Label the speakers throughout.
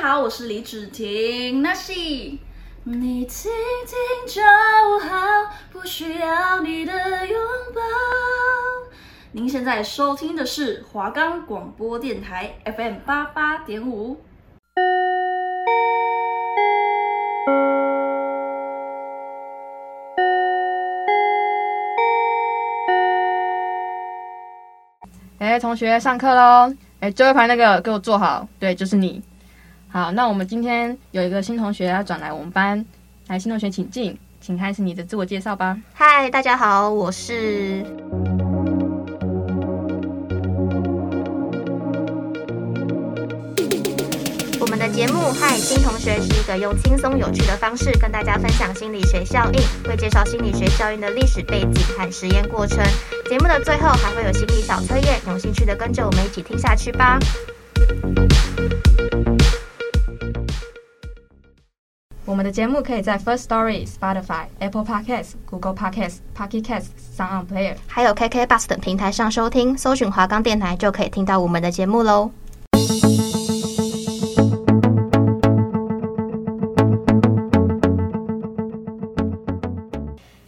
Speaker 1: 好，我是李芷婷，那是你听听就好，不需要你的拥抱。您现在收听的是华冈广播电台 FM 八八点五。
Speaker 2: 哎、同学，上课喽！哎、最后一排那个给我坐好，对，就是你。好，那我们今天有一个新同学要转来我们班，来，新同学请进，请开始你的自我介绍吧。
Speaker 3: 嗨，大家好，我是我们的节目《嗨新同学》是一个用轻松有趣的方式跟大家分享心理学效应，会介绍心理学效应的历史背景和实验过程。节目的最后还会有心理小测验，有兴趣的跟着我们一起听下去吧。
Speaker 2: 我们的节目可以在 First Story、Spotify、Apple Podcasts、Google Podcasts、Pocket Casts、Sound On Player。
Speaker 3: 还有 KK Bus 等平台上收听，搜寻华冈电台就可以听到我们的节目喽。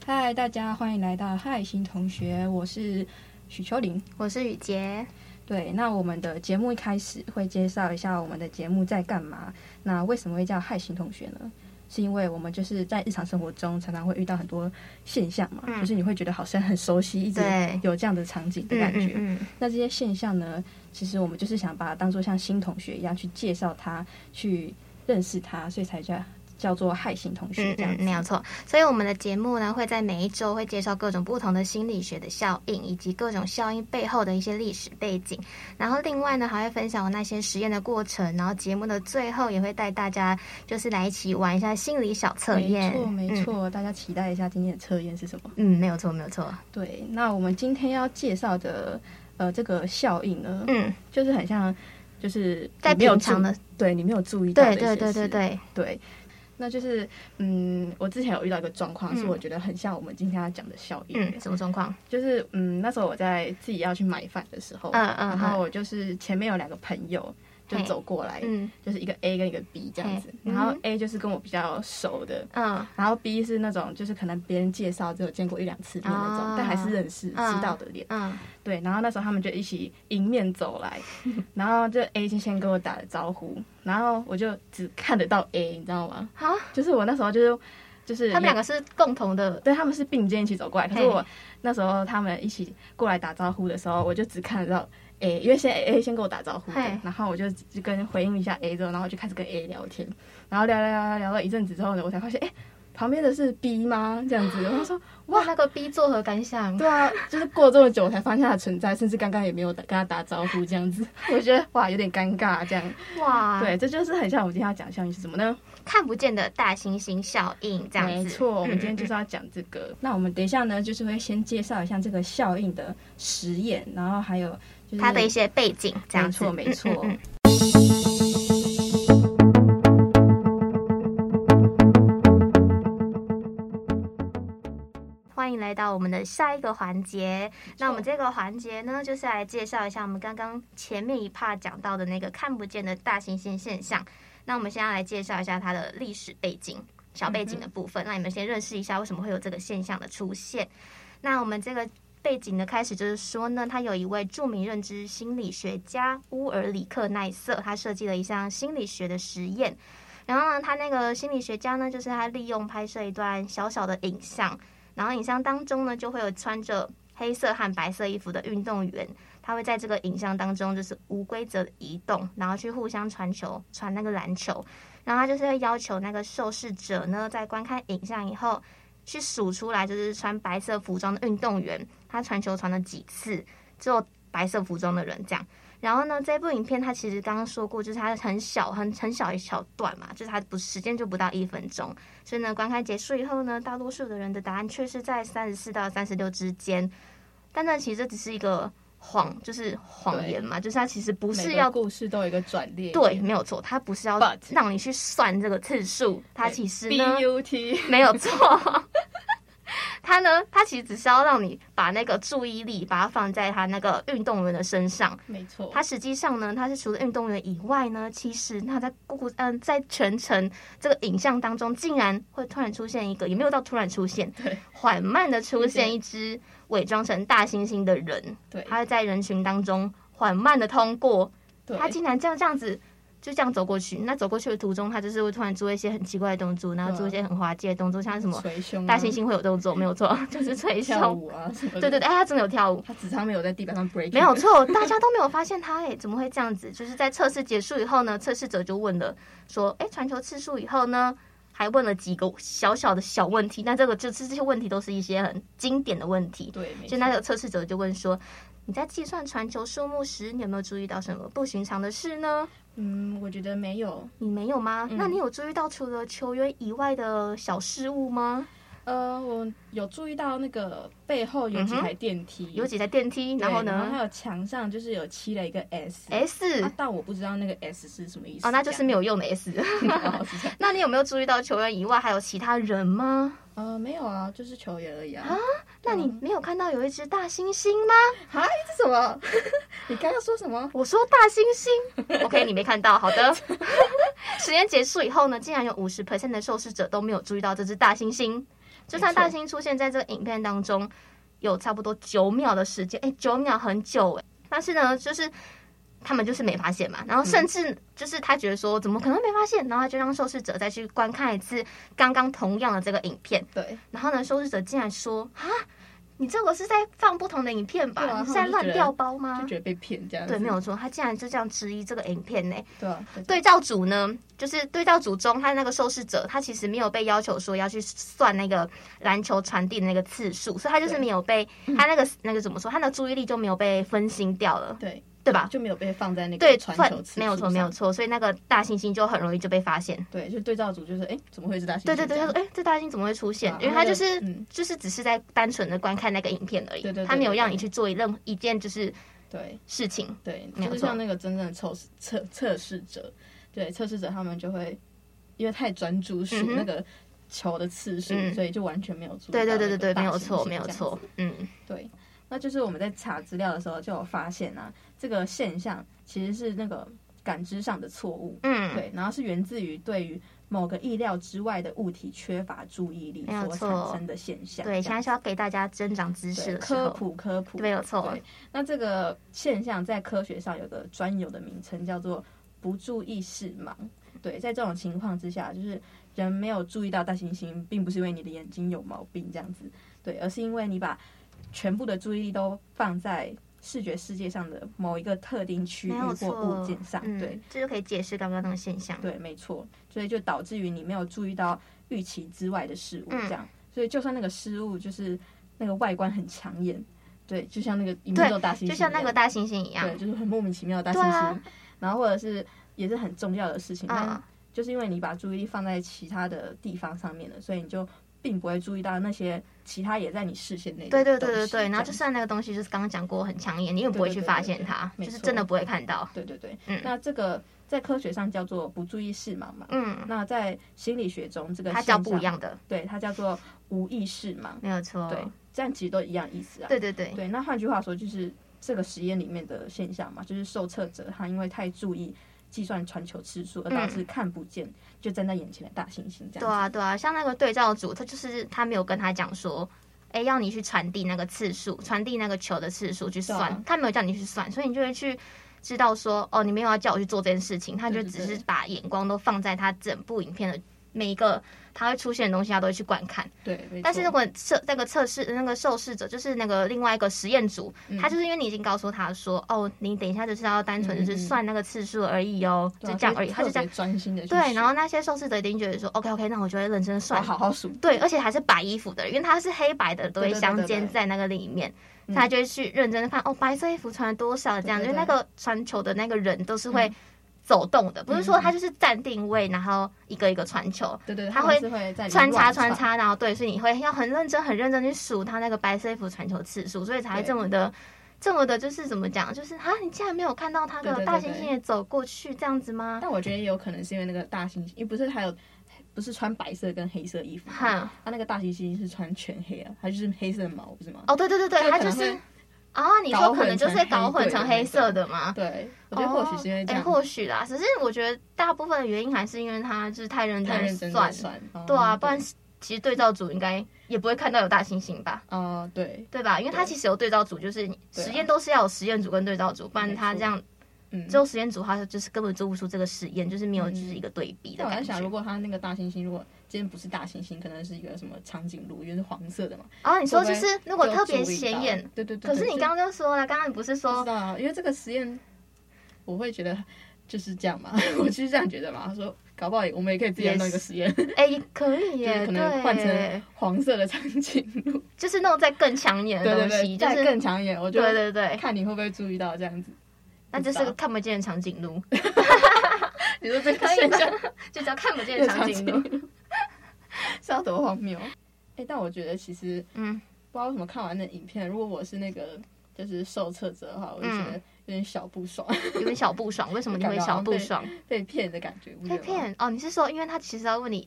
Speaker 2: 嗨，大家欢迎来到嗨新同学，我是许秋玲。
Speaker 3: 我是雨杰，
Speaker 2: 对，那我们的节目一开始会介绍一下我们的节目在干嘛。那为什么会叫害型同学呢？是因为我们就是在日常生活中常常会遇到很多现象嘛，
Speaker 3: 嗯
Speaker 2: 就是你会觉得好像很熟悉，一直
Speaker 3: 对
Speaker 2: 有这样的场景的感觉。
Speaker 3: 嗯嗯
Speaker 2: 那这些现象呢，其实我们就是想把它当做像新同学一样去介绍他，去认识他，所以才叫叫做害型同学
Speaker 3: 嗯
Speaker 2: 这样
Speaker 3: 嗯，
Speaker 2: 子。
Speaker 3: 没有错。所以我们的节目呢，会在每一周会介绍各种不同的心理学的效应，以及各种效应背后的一些历史背景。然后另外呢，还会分享那些实验的过程。然后节目的最后也会带大家就是来一起玩一下心理小测验。
Speaker 2: 没错，没
Speaker 3: 嗯。
Speaker 2: 错，大家期待一下今天的测验是什么。
Speaker 3: 嗯，没有错，没有错。
Speaker 2: 对，那我们今天要介绍的呃这个效应呢，
Speaker 3: 嗯，
Speaker 2: 就是很像，就是
Speaker 3: 在
Speaker 2: 你没有
Speaker 3: 平常
Speaker 2: 注
Speaker 3: 的，
Speaker 2: 对你没有注意到的
Speaker 3: 对
Speaker 2: 一些
Speaker 3: 对
Speaker 2: 事，
Speaker 3: 对对对，
Speaker 2: 对那就是嗯，我之前有遇到一个状况，是
Speaker 3: 嗯
Speaker 2: 我觉得很像我们今天要讲的效应，
Speaker 3: 嗯，什么状况？
Speaker 2: 就是嗯，那时候我在自己要去买饭的时候，
Speaker 3: 嗯嗯
Speaker 2: 然后我就是前面有两个朋友就
Speaker 3: 嘿
Speaker 2: 走过来，
Speaker 3: 嗯
Speaker 2: 就是一个 A 跟一个 B 这样子，
Speaker 3: 嘿
Speaker 2: 然后
Speaker 3: 嗯
Speaker 2: A 就是跟我比较熟的。
Speaker 3: 嗯
Speaker 2: 然后 B 是那种，就是可能别人介绍只有见过一两次面那种，
Speaker 3: 啊
Speaker 2: 但还是认识、
Speaker 3: 嗯
Speaker 2: 知道的脸。
Speaker 3: 嗯
Speaker 2: 对，然后那时候他们就一起迎面走 来，然后就 A 先先跟我打了招呼，然后我就只看得到 A，你知道吗？
Speaker 3: 好，
Speaker 2: 就是我那时候就是就是
Speaker 3: 他们两
Speaker 2: 个
Speaker 3: 个是共同的。
Speaker 2: 对他们是并肩一起走过来，可是我
Speaker 3: 嘿
Speaker 2: 那时候他们一起过来打招呼的时候，我就只看得到 A，因为先 A 先跟我打招呼的
Speaker 3: 嘿，
Speaker 2: 然后我就就跟回应一下 A 之后，然后我就开始跟 A 聊天，然后聊聊聊聊聊了一阵子之后呢，我才发现哎、诶旁边的是 B 吗？这样子，然后 说
Speaker 3: 哇，那个 B 作何感想？
Speaker 2: 对啊，就是过了这么久我才发现他的存在，甚至刚刚也没有跟他打招呼，这样子，我觉得哇有点尴尬这样。
Speaker 3: 哇，
Speaker 2: 对，这就是很像我们今天要讲的效应是什么呢？
Speaker 3: 看不见的大猩猩效应，这样子。嗯
Speaker 2: 没错，我们今天就是是要讲这个。那我们等一下呢，就是会先介绍一下这个效应的实验，然后还有就是
Speaker 3: 它的一些背景，这样
Speaker 2: 没
Speaker 3: 子。
Speaker 2: 错没错。
Speaker 3: 嗯嗯嗯欢迎来到我们的下一个环节。那我们这个环节呢，就是来介绍一下我们刚刚前面一 part 讲到的那个看不见的大猩猩现象。那我们先要来介绍一下它的历史背景、小背景的部分，让你们先认识一下为什么会有这个现象的出现。那我们这个背景的开始就是说呢，他有一位著名认知心理学家乌尔里克奈瑟，他设计了一项心理学的实验。然后呢，他那个心理学家呢，就是他利用拍摄一段小小的影像，然后影像当中呢，就会有穿着黑色和白色衣服的运动员，他会在这个影像当中就是无规则的移动，然后去互相传球，传那个篮球。然后他就是会要求那个受试者呢，在观看影像以后，去数出来就是穿白色服装的运动员，他传球传了几次，只有白色服装的人这样。然后呢，这部影片它其实刚刚说过，就是它很小、很很小一小段嘛，就是它不时间就不到一分钟，所以呢，观看结束以后呢，大多数的人的答案却是在三十四到三十六之间。但那其实这只是一个谎，就是谎言嘛，就是它其实不
Speaker 2: 每
Speaker 3: 是
Speaker 2: 个
Speaker 3: 要
Speaker 2: 故事都有一个转捩点，
Speaker 3: 对，没有错，它不是要
Speaker 2: But-
Speaker 3: 让你去算这个次数，它
Speaker 2: 对
Speaker 3: 其实
Speaker 2: ，B
Speaker 3: 呢
Speaker 2: U T，
Speaker 3: 没有错， 它呢，它其实只是要让你把那个注意力把它放在它那个运动员的身上。
Speaker 2: 没错
Speaker 3: 它实际上呢，它是除了运动员以外呢，其实那在故嗯、在全程这个影像当中，竟然会突然出现一个，也没有到突然出现，
Speaker 2: 对，
Speaker 3: 缓慢的出
Speaker 2: 一
Speaker 3: 现
Speaker 2: 些
Speaker 3: 一只伪装成大猩猩的人，
Speaker 2: 对
Speaker 3: 他在人群当中缓慢的通过，
Speaker 2: 对，
Speaker 3: 他竟然这样这样子就这样走过去。那走过去的途中，他就是会突然做一些很奇怪的动作，然后做一些很滑稽的动作，像什么
Speaker 2: 捶胸啊、
Speaker 3: 大猩猩会有动作，没有错，就是捶
Speaker 2: 跳
Speaker 3: 胸。
Speaker 2: 舞啊什么的。
Speaker 3: 对对对，哎，他真的有跳舞，
Speaker 2: 他只差没有在地板上 break，
Speaker 3: 没有错，大家都没有发现他哎，怎么会这样子？就是在测试结束以后呢，测试者就问了说，哎，传球次数以后呢，还问了几个小小的小问题。那这个就是这些问题都是一些很经典的问题。
Speaker 2: 对，没
Speaker 3: 就
Speaker 2: 错
Speaker 3: 那个测试者就问说，你在计算传球数目时，你有没有注意到什么不寻常的事呢？
Speaker 2: 嗯，我觉得没有，
Speaker 3: 你没有吗？
Speaker 2: 嗯
Speaker 3: 那你有注意到除了球员以外的小事物吗？
Speaker 2: 呃，我有注意到那个背后有几台电梯，
Speaker 3: 嗯有几台电梯，
Speaker 2: 对
Speaker 3: 然后
Speaker 2: 然后还
Speaker 3: 呢
Speaker 2: 有墙上就是有漆了一个 S，
Speaker 3: ？S
Speaker 2: 啊但我不知道那个 S 是什么意思
Speaker 3: 哦，那就是没有用的 S。
Speaker 2: 这样 哦是这样
Speaker 3: 那你有没有注意到球员以外还有其他人吗？
Speaker 2: 呃，没有啊，就是球员而已啊。
Speaker 3: 那你没有看到有一只大猩猩吗？
Speaker 2: 啊，这是什么？ 你刚刚说什么？
Speaker 3: 我说大猩猩 ，OK，你没看到，好的。 实验结束以后呢，竟然有五十 percent 的受试者都没有注意到这只大猩猩。就算
Speaker 2: 没错
Speaker 3: 大猩出现在这个影片当中，有差不多九秒的时间，哎，九秒很久哎。但是呢，就是他们就是没发现嘛，然后甚至
Speaker 2: 嗯
Speaker 3: 就是他觉得说，怎么可能没发现？然后他就让受试者再去观看一次刚刚同样的这个影片。
Speaker 2: 对，
Speaker 3: 然后呢，收视者竟然说：“啊，你这个是在放不同的影片吧？
Speaker 2: 对啊
Speaker 3: 你是在乱掉包吗
Speaker 2: 就觉得被骗这样？”子。
Speaker 3: 啊对，没有错，他竟然就这样质疑这个影片呢。
Speaker 2: 对啊，对
Speaker 3: 对照组呢，就是对照组中，他那个受试者，他其实没有被要求说要去算那个篮球传递的那个次数，所以他就是
Speaker 2: 对
Speaker 3: 没有被他那个那个怎么说，他的注意力就没有被分心掉了，
Speaker 2: 对
Speaker 3: 对吧？
Speaker 2: 就没有被放在那
Speaker 3: 对，
Speaker 2: 个传
Speaker 3: 算
Speaker 2: 球次数
Speaker 3: 没有错，
Speaker 2: 上
Speaker 3: 没有。错，所以那个大猩猩就很容易就被发现。
Speaker 2: 对，就对照组就是，哎，怎么会是大猩猩这
Speaker 3: 对
Speaker 2: 样？
Speaker 3: 对对，他说：“哎、这大猩怎么会出现？”
Speaker 2: 啊
Speaker 3: 因为他就是、
Speaker 2: 那个嗯
Speaker 3: 就是只是在单纯的观看那个影片而已，
Speaker 2: 对对对
Speaker 3: 他没有让你
Speaker 2: 对对
Speaker 3: 去做一任一件就是
Speaker 2: 对
Speaker 3: 事情。
Speaker 2: 对，
Speaker 3: 没有
Speaker 2: 就是
Speaker 3: 错
Speaker 2: 像那个真正的测试测测试者，对测试者他们就会因为太专注数
Speaker 3: 嗯哼
Speaker 2: 那个球的次数，
Speaker 3: 嗯
Speaker 2: 所以就完全没有注意到
Speaker 3: 对对对
Speaker 2: 那
Speaker 3: 对
Speaker 2: 个
Speaker 3: 对，
Speaker 2: 大
Speaker 3: 没有
Speaker 2: 猩
Speaker 3: 错，
Speaker 2: 猩
Speaker 3: 没有
Speaker 2: 这样
Speaker 3: 错
Speaker 2: 子。
Speaker 3: 嗯，
Speaker 2: 对，那就是我们在查资料的时候就有发现啊，这个现象其实是那个感知上的错误，
Speaker 3: 嗯
Speaker 2: 对，然后是源自于对于某个意料之外的物体缺乏注意力
Speaker 3: 没有
Speaker 2: 所
Speaker 3: 错
Speaker 2: 产生的现象。
Speaker 3: 对，
Speaker 2: 这
Speaker 3: 现在
Speaker 2: 样
Speaker 3: 是要给大家增长知识
Speaker 2: 对
Speaker 3: 的时候
Speaker 2: 科，普科普，
Speaker 3: 对没有错。
Speaker 2: 对，那这个现象在科学上有个专有的名称，叫做不注意视盲。对，在这种情况之下，就是人没有注意到大猩猩，并不是因为你的眼睛有毛病这样子，对，而是因为你把全部的注意力都放在视觉世界上的某一个特定区域
Speaker 3: 没有
Speaker 2: 或
Speaker 3: 错
Speaker 2: 物件上，
Speaker 3: 嗯
Speaker 2: 对，
Speaker 3: 这就可以解释刚刚那个现象。
Speaker 2: 对，没错，所以就导致于你没有注意到预期之外的事物，
Speaker 3: 嗯
Speaker 2: 这样，所以就算那个失误就是那个外观很抢眼，对，就像那个影
Speaker 3: 对
Speaker 2: 片中的大猩猩一样，
Speaker 3: 就像那个大猩猩一样，
Speaker 2: 对，就是很莫名其妙的大
Speaker 3: 对
Speaker 2: 猩
Speaker 3: 啊
Speaker 2: 猩，然后或者是也是很重要的事情，
Speaker 3: 嗯
Speaker 2: 但，就是因为你把注意力放在其他的地方上面了，所以你就并不会注意到那些其他也在你视线内的
Speaker 3: 对对
Speaker 2: 东
Speaker 3: 对对
Speaker 2: 西
Speaker 3: 对，然后
Speaker 2: 这
Speaker 3: 就
Speaker 2: 样
Speaker 3: 算那个东西就是刚刚讲过很抢眼，你也不会
Speaker 2: 对对
Speaker 3: 去
Speaker 2: 对
Speaker 3: 发
Speaker 2: 对
Speaker 3: 现
Speaker 2: 对
Speaker 3: 它，
Speaker 2: 没
Speaker 3: 就是
Speaker 2: 错
Speaker 3: 真的不会看到。
Speaker 2: 对对对，
Speaker 3: 嗯
Speaker 2: 那这个在科学上叫做不注意视盲嘛。
Speaker 3: 嗯，
Speaker 2: 那在心理学中，这个
Speaker 3: 它叫
Speaker 2: 现
Speaker 3: 不
Speaker 2: 象
Speaker 3: 一样的，
Speaker 2: 对，它叫做无意识盲。
Speaker 3: 没有错。
Speaker 2: 对，这样其实都一样意思啊。
Speaker 3: 嗯对对对，
Speaker 2: 对，那换句话说，就是这个实验里面的现象嘛，就是受测者他因为太注意计算传球次数，而导致看不见、就站在眼前的大猩猩这样。
Speaker 3: 嗯对啊，对啊，像那个对照组，他就是他没有跟他讲说，哎，要你去传递那个次数，传递那个球的次数去
Speaker 2: 对啊
Speaker 3: 算，他没有叫你去算，所以你就会去知道说，哦，你没有要叫我去做这件事情，他就
Speaker 2: 对对
Speaker 3: 只
Speaker 2: 对
Speaker 3: 是把眼光都放在他整部影片的每一个他会出现的东西，他都会去观看。
Speaker 2: 对，没错
Speaker 3: 但是如果测那个测试那个受试者，就是那个另外一个实验组，
Speaker 2: 嗯
Speaker 3: 他就是因为你已经告诉他说，哦，你等一下就是要单纯就是
Speaker 2: 嗯嗯嗯
Speaker 3: 算那个次数而已哦，
Speaker 2: 对啊
Speaker 3: 就这样而已，他
Speaker 2: 特
Speaker 3: 就这样
Speaker 2: 别。专心的
Speaker 3: 对，然后那些受试者一定觉得说，OK OK，那我就会认真算。
Speaker 2: 好好数。
Speaker 3: 对，而且还是白衣服的，因为它是黑白的，都会
Speaker 2: 对对对
Speaker 3: 相
Speaker 2: 对
Speaker 3: 间
Speaker 2: 对
Speaker 3: 在那个里面，所以他就会去认真的看哦，白色衣服穿了多少这样，
Speaker 2: 对
Speaker 3: 因
Speaker 2: 对对
Speaker 3: 为
Speaker 2: 嗯
Speaker 3: 那个传球的那个人都是会走动的，不是说他就是站定位，然后一个一个传球，
Speaker 2: 对对对，
Speaker 3: 他
Speaker 2: 们
Speaker 3: 会
Speaker 2: 是会在里面
Speaker 3: 穿插
Speaker 2: 乱
Speaker 3: 穿。插，然后对，所以你会要很认真很认真去数他那个白色衣服传球次数，所以才会
Speaker 2: 对
Speaker 3: 这么的这么的，就是怎么讲，就是啊，你竟然没有看到他
Speaker 2: 对
Speaker 3: 的
Speaker 2: 对对
Speaker 3: 大猩
Speaker 2: 对
Speaker 3: 猩也走过去这样子吗？
Speaker 2: 但我觉得也有可能是因为那个大猩猩，因为不是还有不是穿白色跟黑色衣服吗，
Speaker 3: 哈，
Speaker 2: 他那个大猩猩是穿全黑啊，他就是黑色的毛，不是吗？
Speaker 3: 哦，对对对对，
Speaker 2: 对
Speaker 3: 他
Speaker 2: 可
Speaker 3: 就
Speaker 2: 能
Speaker 3: 是
Speaker 2: 会
Speaker 3: 啊，你说
Speaker 2: 搞
Speaker 3: 可
Speaker 2: 混
Speaker 3: 能就是
Speaker 2: 成黑
Speaker 3: 搞混
Speaker 2: 对
Speaker 3: 成
Speaker 2: 的
Speaker 3: 黑
Speaker 2: 那
Speaker 3: 色
Speaker 2: 种
Speaker 3: 的嘛。
Speaker 2: 对，我觉得或许是因为这
Speaker 3: 啊哎
Speaker 2: 样，
Speaker 3: 或许啦。可是我觉得大部分的原因还是因为他就是太认
Speaker 2: 太认
Speaker 3: 真
Speaker 2: 真
Speaker 3: 算，
Speaker 2: 在算，
Speaker 3: 对啊，
Speaker 2: 哦
Speaker 3: 不然其实对照组应该也不会看到有大猩猩吧。
Speaker 2: 哦对，
Speaker 3: 对吧？因为他其实有对照组，就是你
Speaker 2: 对啊
Speaker 3: 实验都是要有实验组跟对照组，不然
Speaker 2: 没
Speaker 3: 他
Speaker 2: 错
Speaker 3: 这样
Speaker 2: 嗯，嗯
Speaker 3: 只有实验组，他就是根本做不出这个实验，就是没有就是一个对比的
Speaker 2: 但我在
Speaker 3: 感
Speaker 2: 想，如
Speaker 3: 觉。
Speaker 2: 果他那个大猩猩，如果今天不是大猩猩，可能是一个什么长颈鹿，因为是黄色的嘛，
Speaker 3: 然哦后你说
Speaker 2: 会
Speaker 3: 就
Speaker 2: 不会
Speaker 3: 是如果
Speaker 2: 就
Speaker 3: 特别
Speaker 2: 注意
Speaker 3: 显
Speaker 2: 到
Speaker 3: 眼，，
Speaker 2: 对对对。
Speaker 3: 可是
Speaker 2: 对
Speaker 3: 你
Speaker 2: 就
Speaker 3: 刚刚就说了，刚刚你不是
Speaker 2: 不
Speaker 3: 说
Speaker 2: 知道啊，因为这个实验，我会觉得就是这样嘛， 我就是这样觉得嘛。他说，搞不好我们也可以自己来弄一个实验，
Speaker 3: 哎可以
Speaker 2: 就是
Speaker 3: 耶，
Speaker 2: 可能换
Speaker 3: 对
Speaker 2: 成，黄色的长 颈鹿，
Speaker 3: 就是那种再更强一 点
Speaker 2: 对
Speaker 3: 的
Speaker 2: 对
Speaker 3: 东
Speaker 2: 对，
Speaker 3: 西，就
Speaker 2: 再
Speaker 3: 是
Speaker 2: 更强一点，我就
Speaker 3: 对对对，
Speaker 2: 看你会不会注意到这样子。
Speaker 3: 那就
Speaker 2: 不
Speaker 3: 是
Speaker 2: 知
Speaker 3: 个
Speaker 2: 道
Speaker 3: 看不见的长颈鹿，
Speaker 2: 你说这个
Speaker 3: 可 以
Speaker 2: 现
Speaker 3: 吧
Speaker 2: 象
Speaker 3: 就叫看不见的长颈鹿。
Speaker 2: 是要多荒谬？哎，但我觉得其实
Speaker 3: 嗯，
Speaker 2: 不知道为什么看完那影片，如果我是那个就是受测者的话，我就觉得
Speaker 3: 嗯
Speaker 2: 有点小不爽，
Speaker 3: 有点小不爽，为什么你
Speaker 2: 感
Speaker 3: 会
Speaker 2: 觉好
Speaker 3: 小
Speaker 2: 像
Speaker 3: 不
Speaker 2: 被
Speaker 3: 爽？
Speaker 2: 被骗的感觉，不觉
Speaker 3: 被
Speaker 2: 得吗？
Speaker 3: 骗哦，你是说因为他其实要问你，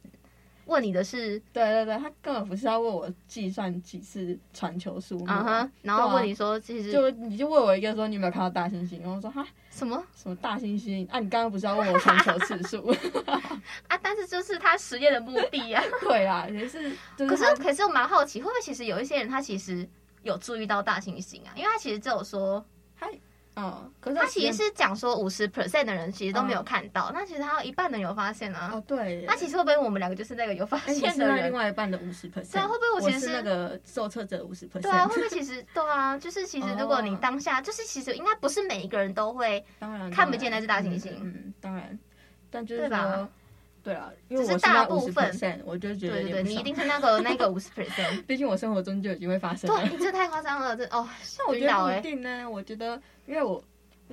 Speaker 3: 问你的是
Speaker 2: 对对对，他根本不是要问我计算几次传球数目
Speaker 3: 嗯
Speaker 2: 啊
Speaker 3: 哼，然后
Speaker 2: 对啊
Speaker 3: 问你说其实
Speaker 2: 就你就问我一个说你有没有看到大猩猩，然后我说哈
Speaker 3: 什么
Speaker 2: 什么大猩猩啊？你刚刚不是要问我传球次数？
Speaker 3: 啊？但是就是他实验的目的呀、
Speaker 2: 对啦，也是就
Speaker 3: 可
Speaker 2: 是
Speaker 3: 是
Speaker 2: 他
Speaker 3: 可是我蛮好奇，会不会其实有一些人他其实有注意到大猩猩啊？因为他其实只有说，
Speaker 2: 嗯，可是
Speaker 3: 他其实
Speaker 2: 实
Speaker 3: 是讲说五十 percent 的人其实都没有看到，那其实他有一半的人有发现啊。
Speaker 2: 嗯哦对耶，
Speaker 3: 那其实会不会我们两个就是那个有发
Speaker 2: 哎你
Speaker 3: 现
Speaker 2: 是
Speaker 3: 的
Speaker 2: 那另
Speaker 3: 人？
Speaker 2: 外一半的五十 percent，
Speaker 3: 对啊会不会我
Speaker 2: 我
Speaker 3: 其实
Speaker 2: 是
Speaker 3: 是
Speaker 2: 那个受测者五十 percent？
Speaker 3: 对啊，会不会其实对啊？就是其实如果你
Speaker 2: 哦
Speaker 3: 当下就是其实应该不是每一个人都会，
Speaker 2: 当然
Speaker 3: 看不见那只大
Speaker 2: 当然
Speaker 3: 猩猩
Speaker 2: 嗯，嗯当然，但就是
Speaker 3: 对吧
Speaker 2: 说，对啊，因为
Speaker 3: 只是
Speaker 2: 我
Speaker 3: 大
Speaker 2: 五
Speaker 3: 部
Speaker 2: 十
Speaker 3: 分
Speaker 2: percent，我就觉
Speaker 3: 对
Speaker 2: 得有点
Speaker 3: 对对，
Speaker 2: 不
Speaker 3: 你一
Speaker 2: 爽
Speaker 3: 定是那个那个五十 percent。
Speaker 2: 毕竟我生活中就已经会发生了
Speaker 3: 对，。 你这太夸张了，这哦，
Speaker 2: 但我觉
Speaker 3: 晕倒
Speaker 2: 得不
Speaker 3: 哎
Speaker 2: 一定呢，我觉得因为我